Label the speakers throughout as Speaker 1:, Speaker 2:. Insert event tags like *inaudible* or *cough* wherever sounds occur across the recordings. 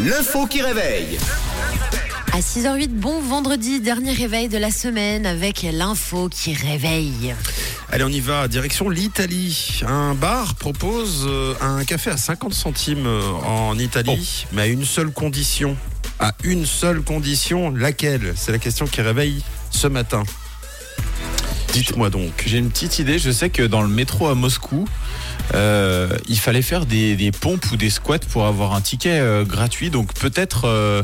Speaker 1: L'info qui réveille.
Speaker 2: À 6h08, bon vendredi, dernier réveil de la semaine avec l'info qui réveille.
Speaker 3: Allez, on y va, direction l'Italie. Un bar propose euh, un café à 50 centimes euh, en Italie, mais à une seule condition. À une seule condition, laquelle C'est la question qui réveille ce matin. Dites-moi donc.
Speaker 4: J'ai une petite idée, je sais que dans le métro à Moscou, euh, il fallait faire des, des pompes ou des squats pour avoir un ticket euh, gratuit, donc peut-être, euh,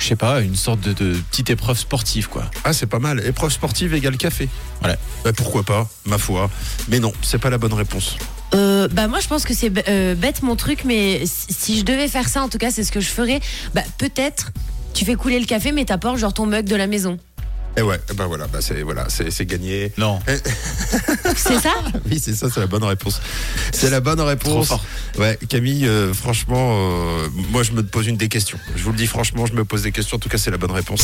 Speaker 4: je sais pas, une sorte de, de petite épreuve sportive quoi.
Speaker 3: Ah, c'est pas mal. Épreuve sportive égale café.
Speaker 4: Voilà.
Speaker 3: Bah, pourquoi pas, ma foi. Mais non, c'est pas la bonne réponse.
Speaker 2: Euh, bah moi je pense que c'est b- euh, bête mon truc, mais si si je devais faire ça, en tout cas c'est ce que je ferais. Bah peut-être tu fais couler le café, mais t'apportes genre ton mug de la maison.
Speaker 3: Et ouais, bah voilà, bah c'est voilà, c'est c'est gagné.
Speaker 4: Non.
Speaker 2: C'est ça
Speaker 3: Oui, c'est ça, c'est la bonne réponse. C'est la bonne réponse.
Speaker 4: fort.
Speaker 3: Ouais, Camille, euh, franchement, euh, moi je me pose une des questions. Je vous le dis franchement, je me pose des questions. En tout cas, c'est la bonne réponse.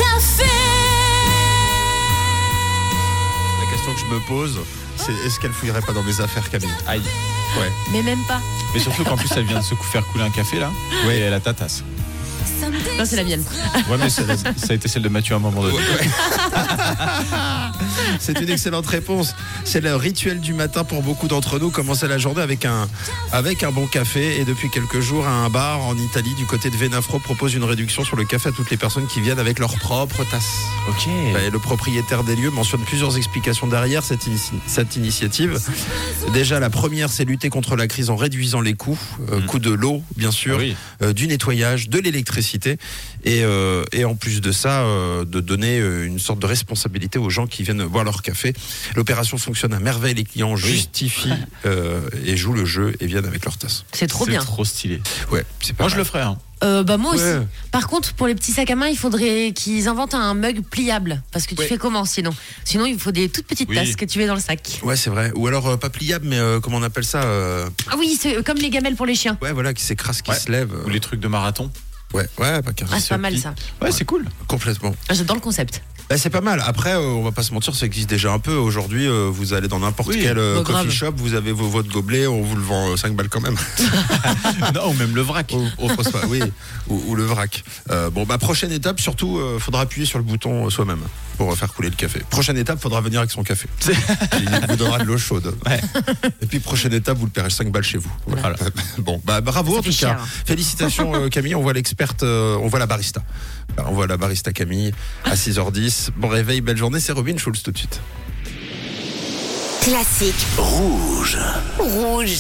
Speaker 3: La question que je me pose, c'est est-ce qu'elle fouillerait pas dans mes affaires, Camille
Speaker 4: Aïe.
Speaker 2: *laughs* Mais même pas.
Speaker 4: Mais surtout qu'en plus elle vient de se cou- faire couler un café là. Oui, elle a ta tasse.
Speaker 2: Non, c'est la mienne.
Speaker 4: Ouais, mais ça, ça a été celle de Mathieu à un moment donné.
Speaker 3: C'est une excellente réponse. C'est le rituel du matin pour beaucoup d'entre nous. Commencer la journée avec un, avec un bon café. Et depuis quelques jours, un bar en Italie, du côté de Venafro, propose une réduction sur le café à toutes les personnes qui viennent avec leur propre tasse.
Speaker 4: Ok.
Speaker 3: Et le propriétaire des lieux mentionne plusieurs explications derrière cette, inici- cette initiative. Déjà, la première, c'est lutter contre la crise en réduisant les coûts. Euh, Coût de l'eau, bien sûr,
Speaker 4: Ah oui.
Speaker 3: euh, du nettoyage, de l'électricité. Et, euh, et en plus de ça, euh, de donner euh, une sorte de responsabilité aux gens qui viennent boire leur café. L'opération fonctionne à merveille. Les clients justifient euh, et jouent le jeu et viennent avec leur tasse.
Speaker 2: C'est trop
Speaker 4: C'est
Speaker 2: bien.
Speaker 4: trop stylé.
Speaker 3: Ouais, c'est pas
Speaker 4: Moi je
Speaker 3: mal.
Speaker 4: le ferais. hein.
Speaker 2: Euh, bah moi aussi.
Speaker 3: Ouais.
Speaker 2: Par contre, pour les petits sacs à main, il faudrait qu'ils inventent un mug pliable. Parce que tu
Speaker 3: Ouais.
Speaker 2: fais comment sinon Sinon, il faut des toutes petites
Speaker 4: Oui.
Speaker 2: tasses que tu mets dans le sac.
Speaker 3: Ouais, c'est vrai. Ou alors, euh, pas pliable, mais euh, comment on appelle ça euh,
Speaker 2: Ah oui, c'est euh, comme les gamelles pour les chiens.
Speaker 3: Ouais, voilà, qui s'écrase, qui
Speaker 4: Ouais.
Speaker 3: se lève. euh,
Speaker 4: Ou les trucs de marathon.
Speaker 3: Ouais, ouais, pas carré.
Speaker 2: Ah, c'est pas mal
Speaker 4: petit.
Speaker 2: ça.
Speaker 4: Ouais, c'est cool.
Speaker 3: Complètement.
Speaker 2: Ah, J'adore le concept.
Speaker 3: Bah, c'est pas mal. Après, euh, on va pas se mentir, ça existe déjà un peu. Aujourd'hui, euh, vous allez dans n'importe
Speaker 4: Oui,
Speaker 3: quel euh,
Speaker 2: bah,
Speaker 3: coffee
Speaker 2: grave.
Speaker 3: shop, vous avez vos, votre gobelet, on vous le vend 5 balles quand même.
Speaker 4: *laughs* non, ou même le vrac.
Speaker 3: Au- au Prospa, oui, ou, ou le vrac. Euh, bon, bah, prochaine étape, surtout, euh, faudra appuyer sur le bouton euh, soi-même pour euh, faire couler le café. Prochaine étape, faudra venir avec son
Speaker 4: *laughs*
Speaker 3: café. Il vous donnera de l'eau chaude.
Speaker 4: Ouais.
Speaker 3: Et puis, prochaine étape, vous le paierez 5 balles chez vous. Voilà. *laughs* Bon, bah, bravo en
Speaker 2: fait
Speaker 3: tout cas.
Speaker 2: cher. hein.
Speaker 3: Félicitations euh, Camille, on voit l'experte, euh, on voit la barista. Voilà, on voit la barista Camille à 6h10. Bon réveil, belle journée, c'est Robin Schulz tout de suite.
Speaker 5: Classique. Rouge. Rouge.